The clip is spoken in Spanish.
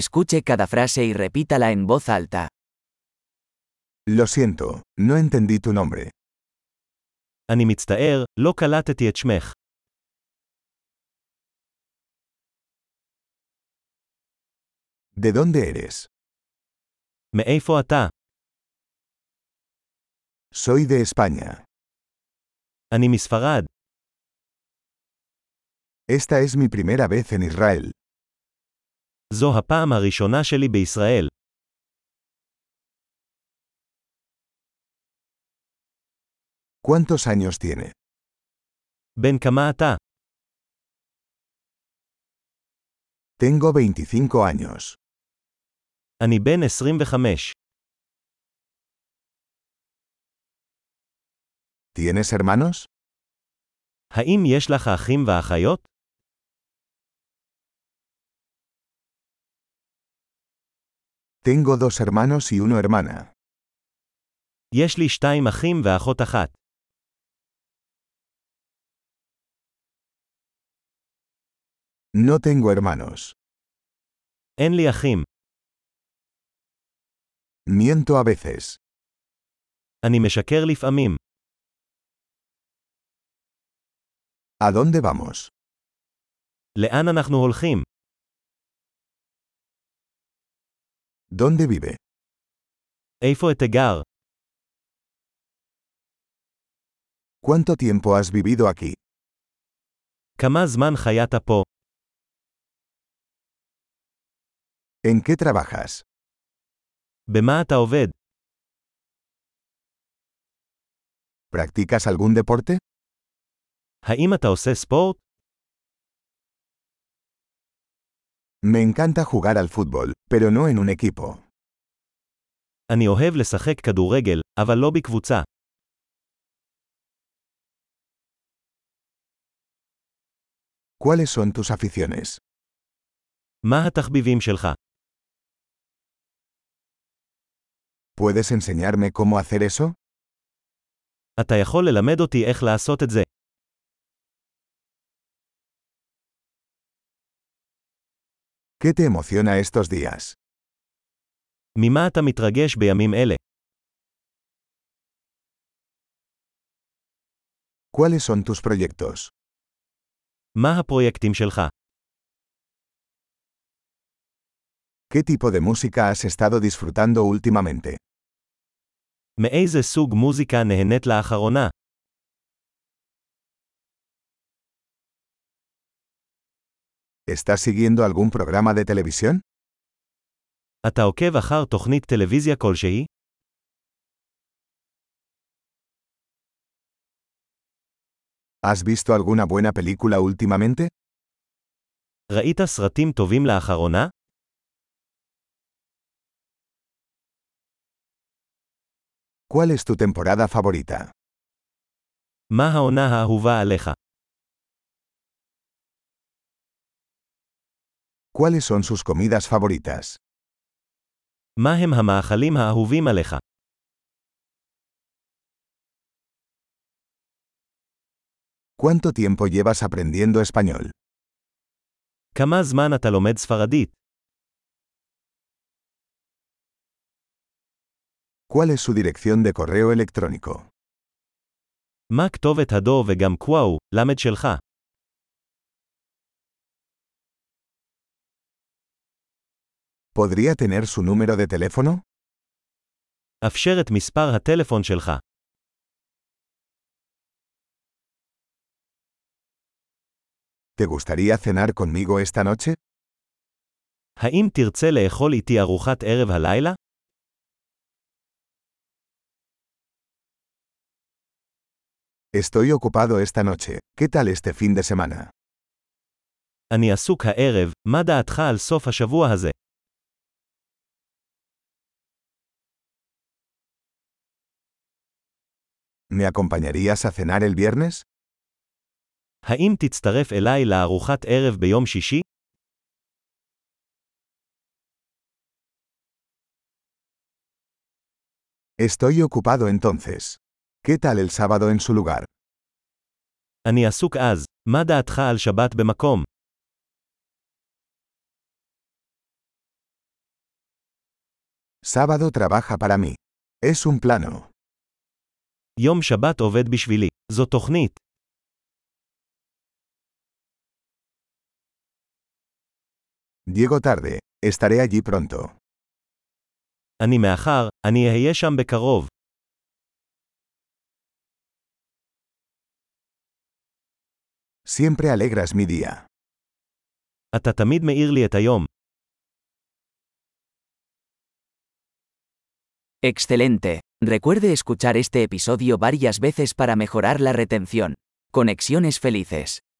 Escuche cada frase y repítala en voz alta. Lo siento, no entendí tu nombre. אני מצטער, לא קלטתי את שמך. ¿De dónde eres? מאיפה אתה? Soy de España. אני מספרד. Esta es mi primera vez en Israel. זו הפעם הראשונה שלי בישראל. ¿Cuántos años tiene? בן כמה אתה? Tengo 25 años. אני בן 25. ¿Tienes hermanos? האם יש לך אחים ואחיות? Tengo dos hermanos y una hermana. יש לי שתיים אחים ואחות אחת. No tengo hermanos. אין לי אחים. Miento a veces. אני משקר לפעמים. ¿A dónde vamos? לאן אנחנו הולכים? ¿Dónde vive? איפה את הגר? ¿Cuánto tiempo has vivido aquí? כמה זמן חיית פה? ¿En qué trabajas? במה אתה עובד? ¿Practicas algún deporte? האם אתה עושה ספורט? Me encanta jugar al fútbol, pero no en un equipo. אני אוהב לשחק כדורגל, אבל לא בקבוצה. ¿Cuáles son tus aficiones? מה התחביבים שלך? ¿Puedes enseñarme cómo hacer eso? אתה יכול ללמד אותי איך לעשות את זה. ¿Qué te emociona estos días? ממה אתה מתרגש בימים אלה? ¿Cuáles son tus proyectos? מה הפרויקטים שלך? ¿Qué tipo de música has estado disfrutando últimamente? מאיזה סוג מוזיקה נהנית לאחרונה? ¿Estás siguiendo algún programa de televisión? אתה עוקב אחר תוכנית טלוויזיה כלשהי? ¿Has visto alguna buena película últimamente? ראית סרטים טובים לאחרונה? ¿Cuál es tu temporada favorita? מה העונה האהובה עליך? ¿Cuáles son sus comidas favoritas? מה הם המאכלים האהובים עליך? ¿Cuánto tiempo llevas aprendiendo español? כמה זמן אתה לומד ספרדית? ¿Cuál es su dirección de correo electrónico? מה כתובת הדו וגם קוואו, למד שלך? ¿Podría tener su número de teléfono? אפשר את מספר הטלפון שלך. ¿Te gustaría cenar conmigo esta noche? האם תרצה לאכול איתי ארוחת ערב הלילה? Estoy ocupado esta noche. ¿Qué tal este fin de semana? אני עסוק הערב, מה דעתך על סוף השבוע הזה? ¿Me acompañarías a cenar el viernes? האם תצטרף אליי לארוחת ערב ביום שישי? Estoy ocupado entonces. ¿Qué tal el sábado en su lugar? אני עסוק אז, מה דעתך על שבת במקום? Sábado trabaja para mí. Es un plano. יום שבת עובד בשבילי. זו תוכנית. Llego tarde. Estaré allí pronto. אני מאחר, אני אהיה שם בקרוב. Siempre alegras mi día. אתה תמיד מאיר לי את היום. Excelente. Recuerde escuchar este episodio varias veces para mejorar la retención. Conexiones felices.